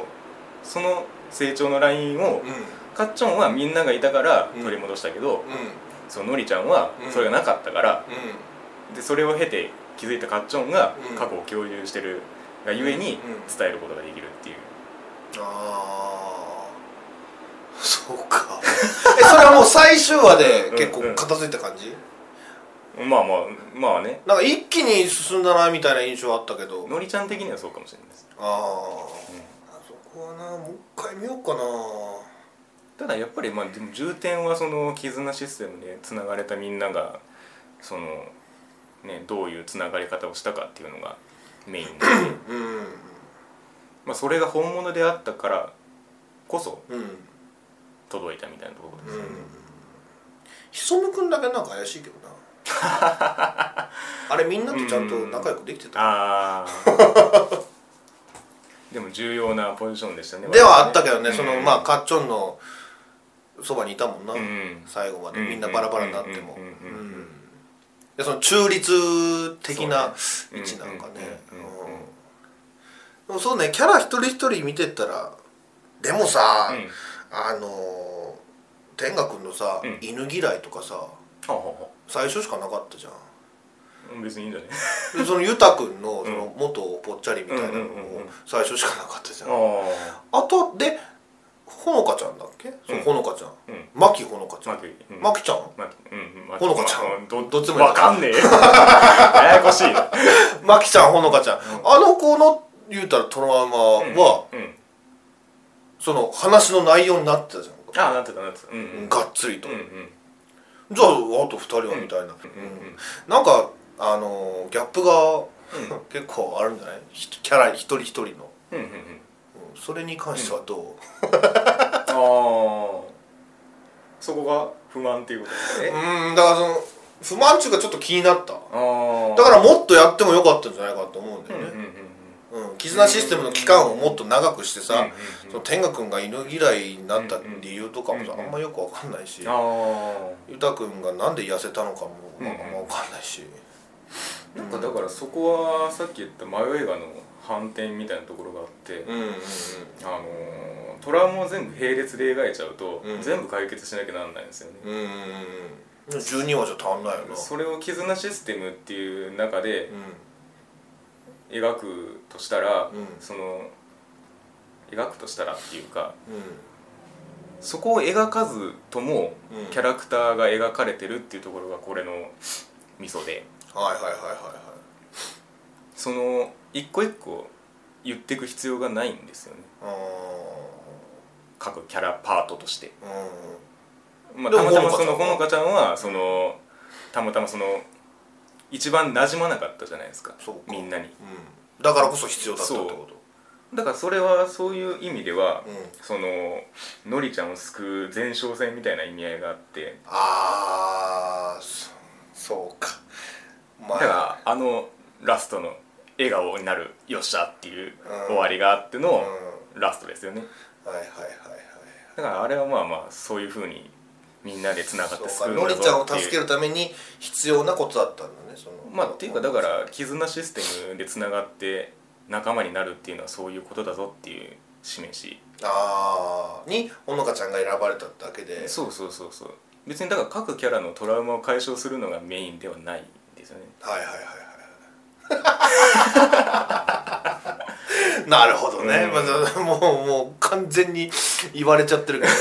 S1: その成長のラインを
S2: うんうん
S1: カッチョンはみんながいたから
S2: うん
S1: 取り戻したけど、
S2: うん
S1: そののりちゃんは
S2: うん
S1: それがなかったから、でそれを経て気づいたカッチョンが
S2: うん
S1: 過去を共有してるがゆえに
S2: うんうん
S1: 伝えることができるっていう、
S2: ああそうかえそれはもう最終話で結構片付いた感じ、
S1: まあまあまあね
S2: なんか一気に進んだなみたいな印象あったけどあ
S1: のりちゃん的にはそうかもしれないです、
S2: ああ
S1: うん
S2: そこはなもう一回見ようかな
S1: ただやっぱりまあでも重点はその絆システムでつながれたみんながそのねどういうつながり方をしたかっていうのがメインで
S2: うん
S1: まあそれが本物であったからこそ
S2: うんうん
S1: 届いたみたいなところですよね、
S2: ひそむくんだけなんか怪しいけどなあれみんなとちゃんと仲良くできてた、
S1: ああでも重要なポジションでしたね
S2: ではあったけどね、
S1: うん
S2: そのまあカッチョンのそばにいたもんな、
S1: うん
S2: 最後まで
S1: うん
S2: みんなバラバラになっても
S1: うん
S2: う
S1: うんうんうん
S2: んでその中立的な位置なんかね
S1: うんうんうんうん
S2: うんでもそうねキャラ一人一人見てったらでもさ、
S1: うん
S2: あのー天賀君のさ、
S1: うん
S2: 犬嫌いとかさ
S1: あほうほ
S2: 最初しかなかったじゃん
S1: う別にいいんじゃない
S2: でそのユタ君のその元ぽっちゃりみたいなの
S1: うんうんうんう
S2: も
S1: ん
S2: 最初しかなかったじゃん、
S1: あ
S2: あとでほのかちゃんだっけ、そう
S1: うん
S2: ほのかちゃん
S1: あうん
S2: マキほのかちゃ
S1: マ
S2: ん
S1: キうん
S2: マキちゃん
S1: まあ、うんうん、まあ
S2: ほのかちゃん
S1: まあど
S2: どっちもや
S1: わ
S2: った
S1: かんねえ [LAUGHS] よややこしいな
S2: マキちゃんほのかちゃん、あの子の言うたらトラウマは、
S1: うん、
S2: その話の内容になってたじゃ、
S1: ああなってたなってたうんうんん
S2: がっつりと、
S1: うんう
S2: じ
S1: ん
S2: ゃああと2人はみたいな、うんなんかあのーギャップが、 [LAUGHS] 結構あるんじゃないひキャラ一人一人の、
S1: うんうんうん
S2: うんそれに関してはどう、
S1: ああそこが不満っていうことですかね
S2: うんだからその不満中がちょっと気になっただ
S1: ああ
S2: からもっとやってもよかったんじゃないかと思うんだよ
S1: うんうん
S2: ね、
S1: うん
S2: うん絆システムの期間をもっと長くして
S1: うんう
S2: さ
S1: ん、うん
S2: その天賀君が犬嫌いになった理由とかもさ、
S1: うんうん
S2: あんまよくわかんないし、
S1: ああ
S2: ゆたくんがなんで痩せたのかも
S1: う
S2: あ
S1: んん
S2: ま分かんないし、
S1: なんかだからそこはさっき言った迷いがの反転みたいなところがあって、
S2: んうん
S1: あのートラウマを全部並列で描いちゃうと、
S2: うん
S1: 全部解決しなきゃなんないんですよね、
S2: うんうん12話じゃ足んないよな
S1: それを絆システムっていう中で描くとしたら、
S2: うん
S1: その描くとしたらっていうか
S2: う
S1: そこを描かずとも、
S2: うん
S1: キャラクターが描かれてるっていうところがこれのミソで
S2: んはいはいはいはい
S1: その一個一個言っていく必要がないんですよね
S2: はい
S1: 各キャラパートとして、
S2: うーんうん
S1: まあ、
S2: で
S1: た
S2: も
S1: またまその
S2: ほ
S1: ほ
S2: の
S1: の
S2: か
S1: かちゃんはそのたまたまその一番馴染まなかったじゃないですか
S2: そうか
S1: みんなに
S2: うんだからこそ必要だったってこ
S1: だからそれはそういう意味では、
S2: とう
S1: そ
S2: ん
S1: ののりちゃんを救う前哨戦みたいな意味合いがあって
S2: ああそそうかま
S1: だからあのラストの笑顔になるよっしゃっていう
S2: う
S1: 終
S2: ん
S1: わりがあっての
S2: うん
S1: ラストですよね
S2: はいはいはい
S1: だからあれはまあまあそういうふうにみんなでつな
S2: は
S1: がっ
S2: い
S1: て
S2: そ
S1: 救
S2: うか
S1: うん
S2: の
S1: だ
S2: りちゃん
S1: ぞ
S2: を
S1: って
S2: 助
S1: い
S2: け
S1: う
S2: るために必要なことだったんだねその
S1: まあっていうかだから絆システムでつながって仲間になるっていうのはそういうことだぞっていう示し
S2: あーにほのかちゃんが選ばれただけで
S1: そうそうそうそう別にだから各キャラのトラウマを解消するのがメインではないんですよね
S2: はいはいはいはいなるほどね、
S1: うん
S2: まあ、もうもう完全に言われちゃって
S1: [LAUGHS]
S2: るから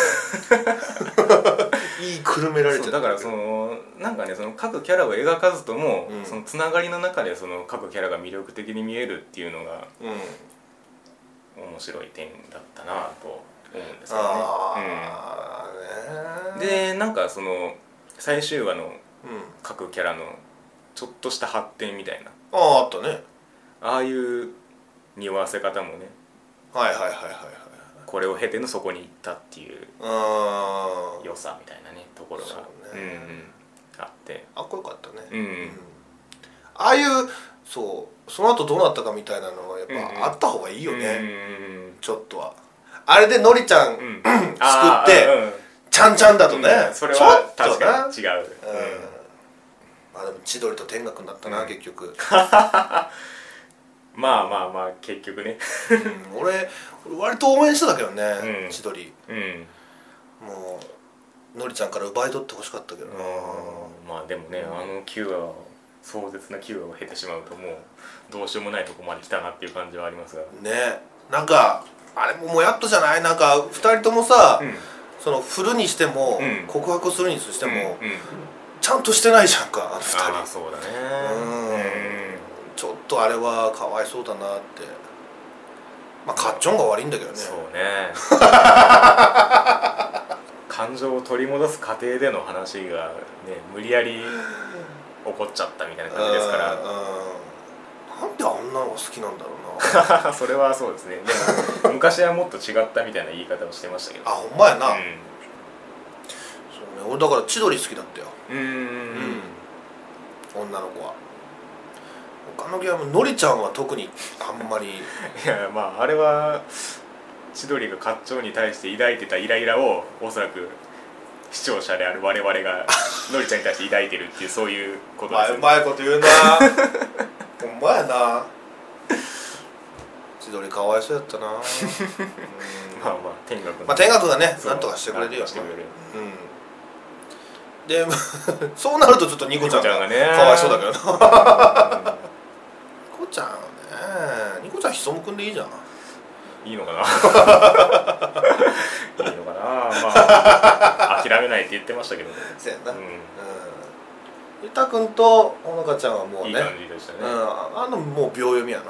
S2: いいくるめられちゃっ
S1: そう
S2: て
S1: だ
S2: る
S1: からそのなんかねその各キャラを描かずとも、
S2: うん
S1: そのつながりの中でその各キャラが魅力的に見えるっていうのが
S2: うん
S1: 面白い点だったなと思うんですよね
S2: ああ、
S1: でなんかその最終話の
S2: うん
S1: 各キャラのちょっとした発展みたいな
S2: あああったね
S1: ああいう匂わせ方もね
S2: はいはいはいはい
S1: これを経てのそこに行ったっていう
S2: はいうん
S1: 良さみたいなねところが
S2: そう
S1: う
S2: ね
S1: んうん、あって
S2: あっこよかったね
S1: うん、
S2: ああいうそうその後どうなったかみたいなのはやっ
S1: うんうん
S2: ぱあった方がいいよね、
S1: ね
S2: ちょっとはあれでのりちゃん、 [CLEARS THROAT]
S1: うん、
S2: あー
S1: うんうん
S2: ちゃんちゃんだとね、
S1: うんそれは
S2: ちょっ
S1: 確
S2: とな
S1: かに違う、
S2: うんまあでも千鳥と天岳になったな、
S1: うん
S2: 結局、
S1: うんまあまあまあ結局ね
S2: うん俺俺割と応援してたけどね、
S1: うん
S2: 千鳥
S1: うん
S2: もうのりちゃんから奪い取ってほしかったけどな、
S1: まあでもねあの9話を壮絶な9話を経てしまうともうどうしようもないとこまで来たなっていう感じはありますが
S2: ねなんかあれももやっとじゃないなんか2人ともさ、
S1: うん
S2: その振るにしても、
S1: うん
S2: 告白するにして
S1: うん
S2: も、
S1: うん
S2: ちゃんとしてないじゃんかあの
S1: あ
S2: 2
S1: あ
S2: 人
S1: そうだね
S2: ちょっとあれはかわいそうだなってまあカッチョンが悪いんだけど
S1: うん
S2: ね
S1: そう
S2: [LAUGHS]
S1: ね感情を取り戻す過程での話がね無理やり起こっちゃったみたいな感じですか
S2: うん
S1: ら
S2: なんであんなのが好きなんだろう
S1: [LAUGHS]
S2: な
S1: それはそうですねでも昔はもっと違ったみたいな言い方をしてましたけど
S2: あほんまやな、
S1: う
S2: そうね、俺だから千鳥好きだったよ、
S1: んうん
S2: 女の子は他のゲームのりちゃんは特にあんまり
S1: いやまああれは千鳥が割長に対して抱いてたイライラをおそらく視聴者である我々がのりちゃんに対して抱いてるっていうそういうことですよね
S2: まいこと [LAUGHS] 言うなほんまやな千鳥かわいそうやったな、うん
S1: まあまあ天学
S2: まあ天岳がねなんとかしてくれるよ
S1: してくれる
S2: うんで [LAUGHS] そうなるとちょっとニコちゃん
S1: ニコちゃん
S2: が
S1: がね
S2: かわいそうだけどなニ
S1: う
S2: コちゃんねニコちゃんひそむくんでいいじゃん
S1: んいいのかな [LAUGHS] いいのかなまあ諦めないって言ってましたけどね、
S2: せやなうん
S1: う、
S2: ゆたくんとほのかちゃんはもうんね
S1: いい感じでしたね、
S2: うんああのもう秒読み
S1: [LAUGHS]
S2: やな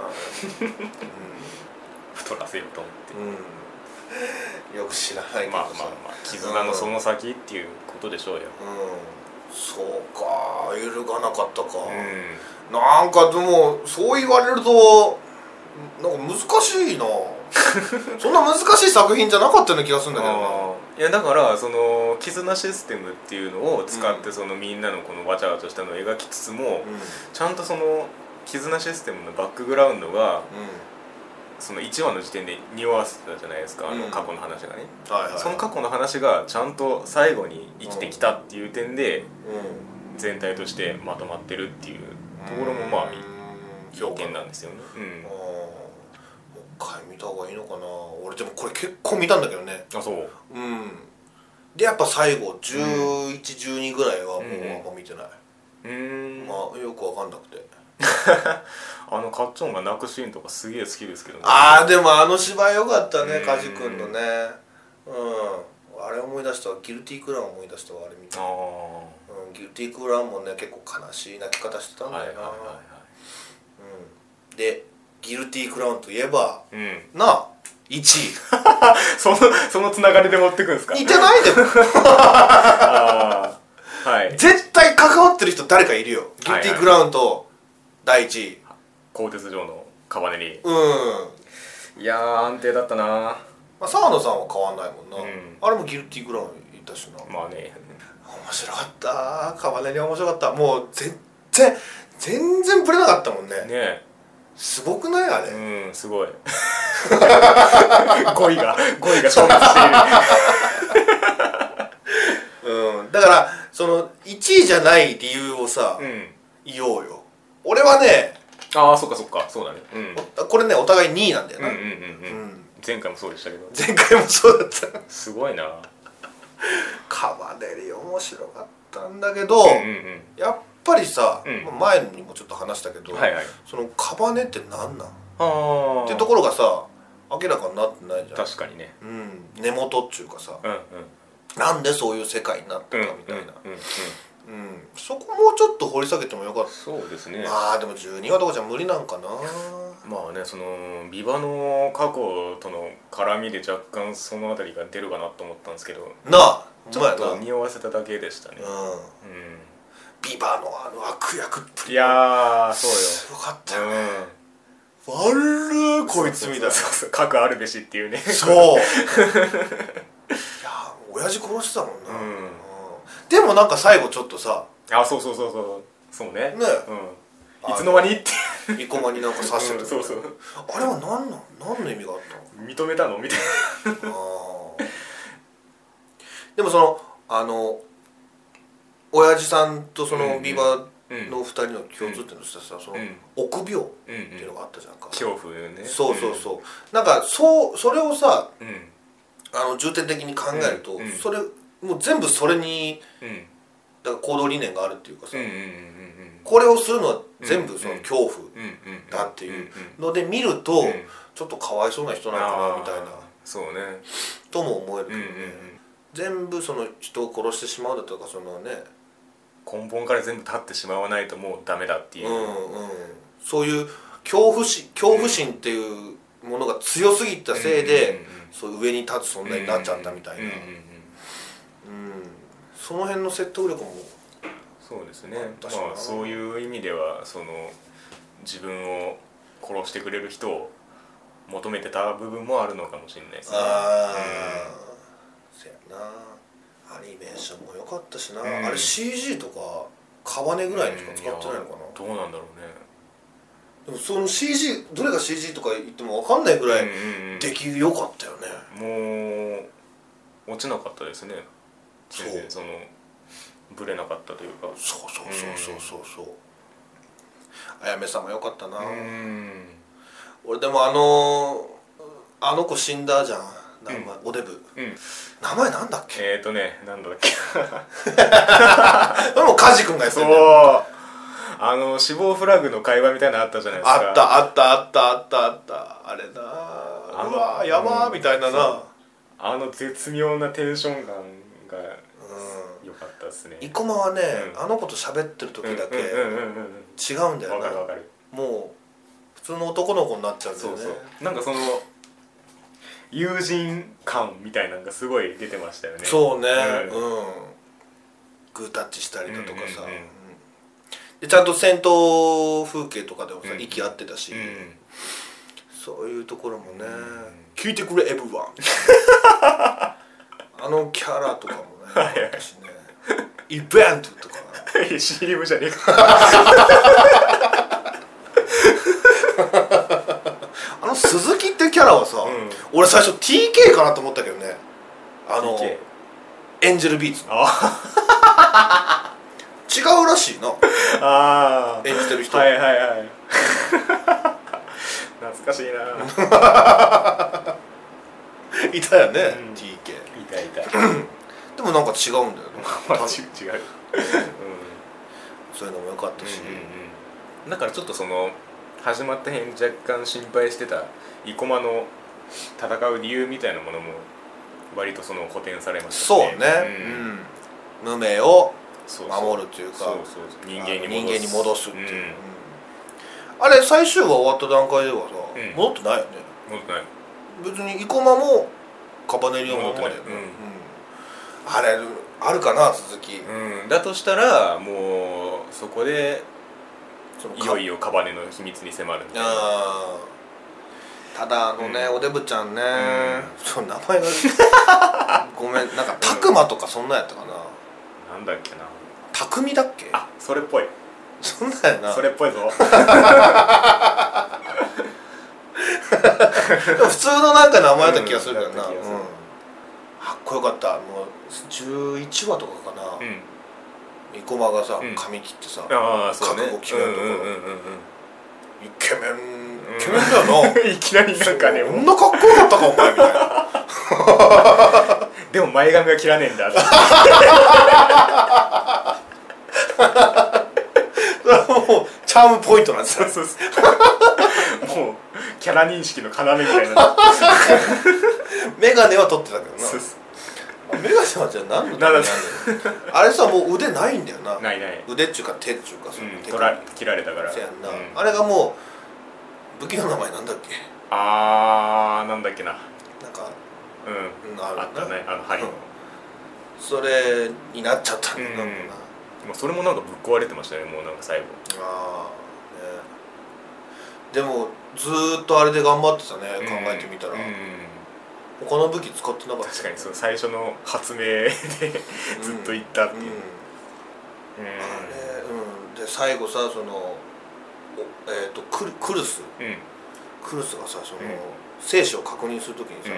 S1: 太らせようと思って
S2: うん、うん、よく知らないけどさ
S1: まあまあまあ絆のその先っていうことでしょうよ
S2: うんそうか揺るがなかったか、
S1: うん
S2: なんかでもそう言われるとなんか難し
S1: [LAUGHS]
S2: いなそんな難しい作品じゃなかったような気がするんだけどない
S1: やだからその絆システムっていうのを使っ
S2: う
S1: てそのみんなのこのわちゃわちゃしたのを描きつつも
S2: うんうん
S1: ちゃんとその絆システムのバックグラウンドがその1話の時点で匂わせてたじゃないですかあの
S2: うん
S1: 過去の話がね
S2: はいはい
S1: その過去の話がちゃんと最後に生きてきたっていう点で
S2: うん
S1: 全体としてまとまってるっていうところもまあ
S2: うん
S1: 要
S2: 評価
S1: 点なんですよね
S2: うんもう一回見た方がいいのかな俺でもこれ結構見たんだけどね
S1: うんあそう
S2: うんでやっぱ最後1112ぐらいはもうあんま見てない、
S1: うーん
S2: まあよくわかんなくて
S1: あのカッチョンが泣くシーンとかすげえ好きですけどね
S2: ああでもあの芝居よかったね
S1: うん
S2: 梶君のねうんあれ思い出したわギルティークラウン思い出したわあれ見
S1: あ
S2: た、
S1: ー
S2: うん、ギルティークラウンもね結構悲しい泣き方してたん
S1: はいは
S2: だ
S1: い
S2: よな、
S1: は
S2: うん、でギルティークラウンといえば
S1: いはいうん [LAUGHS]
S2: なあ1位
S1: その、そのつながりで持ってくんですか
S2: 似てないで
S1: [LAUGHS]
S2: も
S1: あーはい。
S2: 絶対関わってる人誰かいるよギ
S1: はいはい
S2: ルティークラウンと第1位
S1: 鋼鉄城のカバネリ。
S2: うん
S1: いやー、安定だったな
S2: まあ澤野さんは変わんないもんな、
S1: うん
S2: あれもギルティークラウンいたしな
S1: まあね。
S2: 面白かったカバネリ面白かったもう全然全然ブレなかったもんね
S1: ね
S2: すごくないあれ、
S1: え。うん、す [LAUGHS] ごい。語彙が、語彙が消滅している。
S2: うん、だからその1位じゃない理由をさ、
S1: うん。
S2: 言おうよ俺はね
S1: ああ、そっかそっか。そうだね。うん。
S2: おこれねお互い2位なんだよ
S1: うんう
S2: な、
S1: んうんうん。
S2: うん
S1: 前回もそうでしたけど。
S2: 前回もそうだった
S1: すごいな
S2: カバネリ面白かったんだけど、
S1: うんうん
S2: やっぱりさ、
S1: うん
S2: まあ前にもちょっと話したけ
S1: う
S2: ど、
S1: ん。はいはい。
S2: そのカバネって何なんっ
S1: ああ。
S2: てところがさ明らかになってないじゃん、
S1: 確かにね。
S2: うん、根元っちゅうかさ
S1: うんうん。
S2: なんでそういう世界になった
S1: うんうん
S2: かみたいな、
S1: うんうん。
S2: うんそこもうちょっと掘り下げてもよかっ
S1: そうです
S2: た、
S1: ね。
S2: まあでも12話とかじゃ無理なんかな
S1: まあねそのビバの過去との絡みで若干その辺りが出るかなと思ったんですけど
S2: なあ
S1: ちょっと匂わせただけでしたね、
S2: うん
S1: うん、
S2: ビバのあの悪役っぷ
S1: い
S2: り
S1: やーそうよ
S2: すごかったよね、
S1: うん
S2: 悪ー [LAUGHS] こいつみたいな
S1: そうそうかくあるべしっていう
S2: [LAUGHS]
S1: ね
S2: そ
S1: [LAUGHS]
S2: ういや親父殺してたもんな、
S1: う
S2: うん
S1: ん
S2: でもなんか最後ちょっとさ
S1: あそうそうそうそうそうね
S2: ね
S1: うんいつの間にって
S2: 生駒になんか刺してる、
S1: うんそうそう
S2: あれは何なん何の意味があったの
S1: 認めたのみたい
S2: あー [LAUGHS] でもそのあの親父さんとそのビバ
S1: なうん
S2: の二人の共通点としてさ、その
S1: うん
S2: 臆病っ
S1: うんう
S2: ていうの
S1: ん
S2: があったじゃんか、
S1: 恐怖ね
S2: そうそうそう、なんかそうそれをさ
S1: うんうん
S2: あの重点的に考えると、
S1: うんうん
S2: それもう全部それに
S1: うん
S2: だから行動理念があるっていうかさ、
S1: うんうんうん
S2: これをするのは全部その
S1: うん
S2: 恐
S1: う
S2: 怖
S1: んうんうん
S2: だっていうんので見ると、
S1: うん
S2: ちょっとかわいそうな人なのかなみたい
S1: あー
S2: な
S1: そうね
S2: とも思えるけ
S1: うん
S2: ど
S1: うん
S2: ね、
S1: うん
S2: 全部その人を殺してしまうだとかそのね
S1: 根本から全部立ってしまわないともうダメだっていうう、
S2: んうんそういう恐怖心恐怖心っていうものが強すぎたせいで、
S1: うんうんうん
S2: そういう上に立つ存在になっちゃったみたいな、
S1: うん
S2: う
S1: うん
S2: ん
S1: うんうん
S2: その辺の説得力も
S1: そうですね
S2: 確かに
S1: まあそういう意味ではその自分を殺してくれる人を求めてた部分もあるのかもしれないですね
S2: ああ、そやなアニメーションも良かったしな、
S1: うん
S2: あれ CG とかカバネぐらいにしか使ってないのかな、
S1: うんいやどうなんだろうね
S2: でもその CG どれが CG とか言っても分かんないぐらい
S1: うんうんうん
S2: 出来良かったよ
S1: も
S2: ね、
S1: う落ちなかったですね
S2: そう
S1: 全然そのぶれなかったというか
S2: そうそうそうそうそうそうあやめさんも良かったな、
S1: うん
S2: 俺でもあのあの子死んだじゃん名前、おデブ
S1: うん
S2: 名前なんだっけ
S1: えーとねなんだっけ
S2: でも梶君がやって
S1: そ
S2: ん
S1: う
S2: だよ
S1: あの死亡フラグの会話みたいなのあったじゃないですか
S2: あったあったあったあったあったあれだうわーやばーみたいなな、うん
S1: あの絶妙なテンション感が良かったですね
S2: 生駒はね、
S1: うん
S2: あの子と喋ってる時だけ
S1: うんうんうんうんうん
S2: 違うんだ
S1: わ
S2: よ
S1: か
S2: な
S1: るわかる
S2: もう普通の男の子になっちゃうんだ
S1: そ
S2: よ
S1: う
S2: ね
S1: そうなんかその友人感みたいなのがすごい出てましたよね
S2: そうね
S1: うん
S2: うん、グータッチしたりだとか
S1: うんう
S2: さ、
S1: んうん
S2: うんでちゃんと戦闘風景とかでもさ、
S1: うん
S2: 息合ってたし、
S1: うん
S2: そういうところも
S1: ん
S2: ね、聞いてくれエブ
S1: [LAUGHS]
S2: ワンあのキャラとかもね私ねイベントとか
S1: [LAUGHS] CM じゃねえか
S2: あの鈴木ってキャラはさ、
S1: うん
S2: 俺最初 TK かなと思ったけどねあの
S1: TK
S2: エンジェルビーツの
S1: あ
S2: 違うらしいな
S1: あー
S2: 演じてる人
S1: はいはいはい [LAUGHS] 懐かしいな
S2: [LAUGHS]
S1: い
S2: たよね、
S1: うん
S2: TK
S1: たい [LAUGHS] た
S2: でもなんか違うんだよね
S1: まあち違う
S2: そういうのも良かったし、
S1: うんだからちょっとその始まった辺若干心配してた生駒の戦う理由みたいなものも割とその補填されました
S2: そうね、うん無名を
S1: そうそう
S2: 守るというか
S1: そうそうそう人間に戻す
S2: あの人間に戻すっていう、うんあれ最終話終わった段階ではさ、
S1: うん
S2: 戻ってないよね
S1: うん戻ってない
S2: 別に生駒もカバネリオもままだよ
S1: 戻
S2: ね、
S1: ってない
S2: うんあれあるかな続き、
S1: うん、だとしたらもうそこで
S2: その
S1: いよいよカバネの秘密に迫るみたいな
S2: あーただあのね、
S1: うん
S2: おデブちゃんね、
S1: う
S2: その名
S1: [LAUGHS]
S2: 前がごめんなんか拓磨とかそんなんやったかな
S1: なんだっけな
S2: 匠だっけ
S1: あそれっぽい
S2: そんなんやな
S1: それっぽい
S2: [LAUGHS]
S1: ぞ
S2: でも普通のなんか名前だった気がするけどな、
S1: うん
S2: うんかっこよかったもう11話とかかな、
S1: うん
S2: 生駒がさ
S1: うん
S2: 髪切ってさ、イ
S1: ああそうね
S2: 覚悟決めるとこ
S1: う
S2: ろ
S1: んうんうん
S2: ケメンイケメンだよな、
S1: うんいきなり [LAUGHS] なんかね
S2: こんなかっこよかったかお前みたいな
S1: でも前髪が切らねえんだって
S2: それはもうチャームポイントなんです
S1: [LAUGHS] そ
S2: よ
S1: うそうそうもうキャラ認識の要みたい
S2: [LAUGHS]
S1: な
S2: 眼鏡は取ってたけどな
S1: そうそう
S2: メガネはじゃあ何のためにあんだよあれさもう腕ないんだよな
S1: ないない、
S2: 腕っちゅうか手っちゅうかその
S1: うん、
S2: 手
S1: 取ら切られたから
S2: そうやんな、
S1: うん
S2: あれがもう武器の名前なんだっけ
S1: あーなんだっけな
S2: なんか、
S1: うん
S2: うん、ある
S1: あ
S2: な
S1: ったねあの針の
S2: うんそれになっちゃったんだもんな、
S1: うんまあそれもなんかぶっ壊れてましたねもうなんか最後
S2: ああねでもずーっとあれで頑張ってたね、考えてみたら、
S1: うんうん
S2: 他の武器使ってなかった
S1: 確かにその最初の発明でずっと行ったっていう、
S2: うん
S1: うん
S2: あれうんで最後さそのおえっ、とクルクルス
S1: うん
S2: クルスがさその、
S1: うん
S2: 生死を確認するときに
S1: う
S2: さ
S1: ん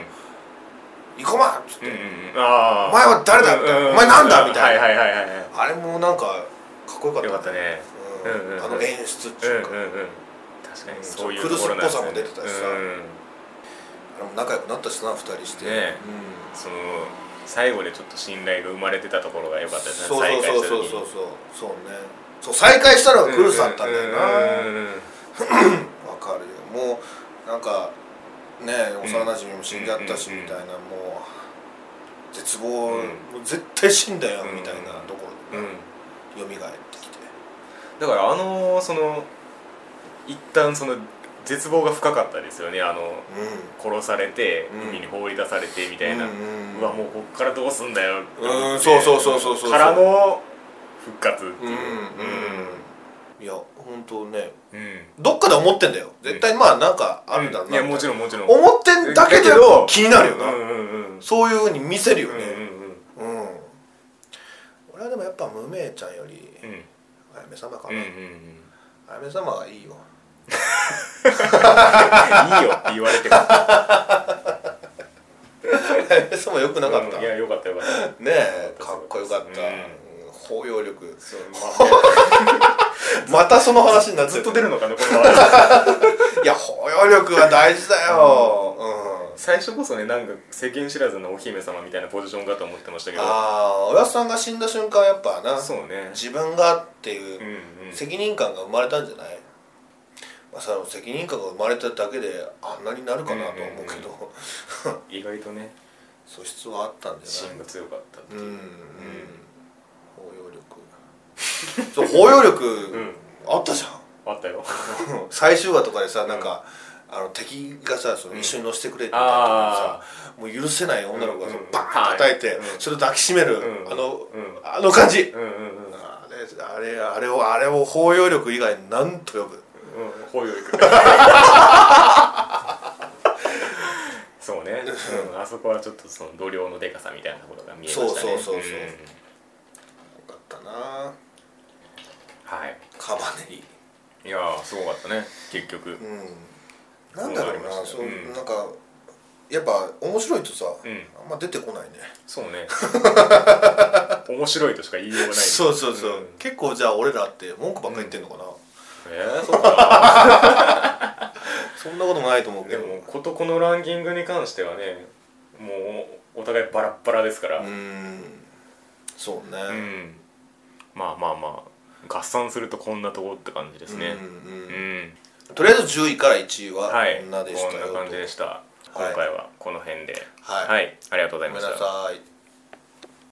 S2: 「生駒!」っつって、
S1: うんうんああ
S2: お前は誰だみたいなお前なんだみたいな
S1: はいはいはいは
S2: あれもなんかかっこよかっ
S1: い
S2: た
S1: よかったね
S2: うん
S1: うんうん
S2: あの演出って
S1: うんう
S2: い
S1: ん
S2: うか、
S1: うん確かにそういう
S2: クルスっぽ
S1: なん
S2: さも出てたしさ
S1: うん
S2: あれも仲良くなったしな二人して、
S1: ねえその最後でちょっと信頼が生まれてたところが良
S2: うん、
S1: かったですね
S2: そうそうそうそう
S1: 再
S2: そうそうそうねそう再会したの
S1: 会した時に
S2: がクルスだったんだよな
S1: うんうんうんうん
S2: わかるよもうなんかねえ幼なじみも死んじゃったし
S1: うん
S2: みたいなもう絶望、
S1: うん
S2: もう絶対死んだよ
S1: うん
S2: みたいなところ
S1: う
S2: で
S1: ん
S2: ね蘇ってきて
S1: だからあのその一旦その絶望が深かったですよねあの
S2: う
S1: 殺されて
S2: うん
S1: 海に放り出されてみたいな、
S2: うんうんうん
S1: わもうこっからどうすんだよって思って
S2: うんそうそうそうそうそう
S1: からの復活って
S2: ん
S1: いううん
S2: うんいや本当ね
S1: うん、うん
S2: どっかで思ってんだよ絶対まあなんかあるんだろう
S1: い
S2: な
S1: やもちろんもちろん
S2: 思ってんだけ
S1: だけど
S2: ど気になるよな、
S1: うんうんうん
S2: そういうふうに見せるよ
S1: うん
S2: ねうん、俺はでもやっぱ無名ちゃんより
S1: うんうんうん
S2: あやめ様か
S1: うんうんう
S2: な、
S1: ん
S2: あやめ様はいいよ
S1: いいよって言われても
S2: そも良くなかった、
S1: うんいやよかったよかった
S2: ねえかっこよかった、
S1: うん
S2: うん包容力
S1: そうま
S2: またその話にな [LAUGHS]
S1: あ
S2: っ
S1: ず
S2: て
S1: っと出るのかなこの
S2: [LAUGHS]
S1: 話
S2: いや包容力は大事だよ、うん
S1: 最初こそねなんか世間知らずのお姫様みたいなポジションかと思ってましたけど
S2: ああ親父さんが死んだ瞬間やっぱな
S1: そうね
S2: 自分がって
S1: うん
S2: いううん責任感が生まれたんじゃない、まあ、その責任感が生まれただけであんなになるかなとは思うけど、
S1: 意外とね
S2: [LAUGHS] 素質はあったんじゃな
S1: 芯
S2: い
S1: が強かった
S2: うん、うん、包容力そう包容力、
S1: ん
S2: あったじゃん
S1: あったよ
S2: [LAUGHS] 最終話とかでさなんか、あの敵がさその一緒に乗せてくれって言った時にさ、もう許せない女の子がその
S1: うんうん
S2: バーン叩いて、
S1: はいうん
S2: それを抱きしめる、
S1: うん
S2: あの、
S1: うん
S2: あの感じ、
S1: うんうんうん
S2: あれあれあれをあれを包容力以外なんと呼ぶ
S1: うん包容力そうね、うん、あそこはちょっとその度量のでかさみたいなところが見えましたね
S2: そうそうそうそうんよかったな
S1: はい
S2: カバネリ
S1: いやーすごかったね結局うん
S2: うんなんだろうな
S1: そ
S2: そうう、
S1: なりましたうん
S2: なんかやっぱ面白いとさ、あんま出てこないね
S1: そうね [LAUGHS] 面白いとしか言いようがない
S2: そうそうそう、
S1: ん
S2: 結構じゃあ俺らって文句ばっか言ってんのかな、
S1: えー、そうか
S2: そんなこともないと思うけ
S1: で
S2: ど
S1: もことこのランキングに関してはねもうお互いバラッバラですから
S2: うーんそう
S1: う
S2: ね、
S1: んまあまあまあ合算するとこんなとこって感じですね
S2: うんうん
S1: うん、
S2: とりあえず10位から1位は
S1: はい
S2: こんなでしたよ
S1: こんな感じでした今回はこの辺で
S2: はい
S1: はい、ありがとうござい
S2: ご
S1: ま
S2: めん
S1: した
S2: なさい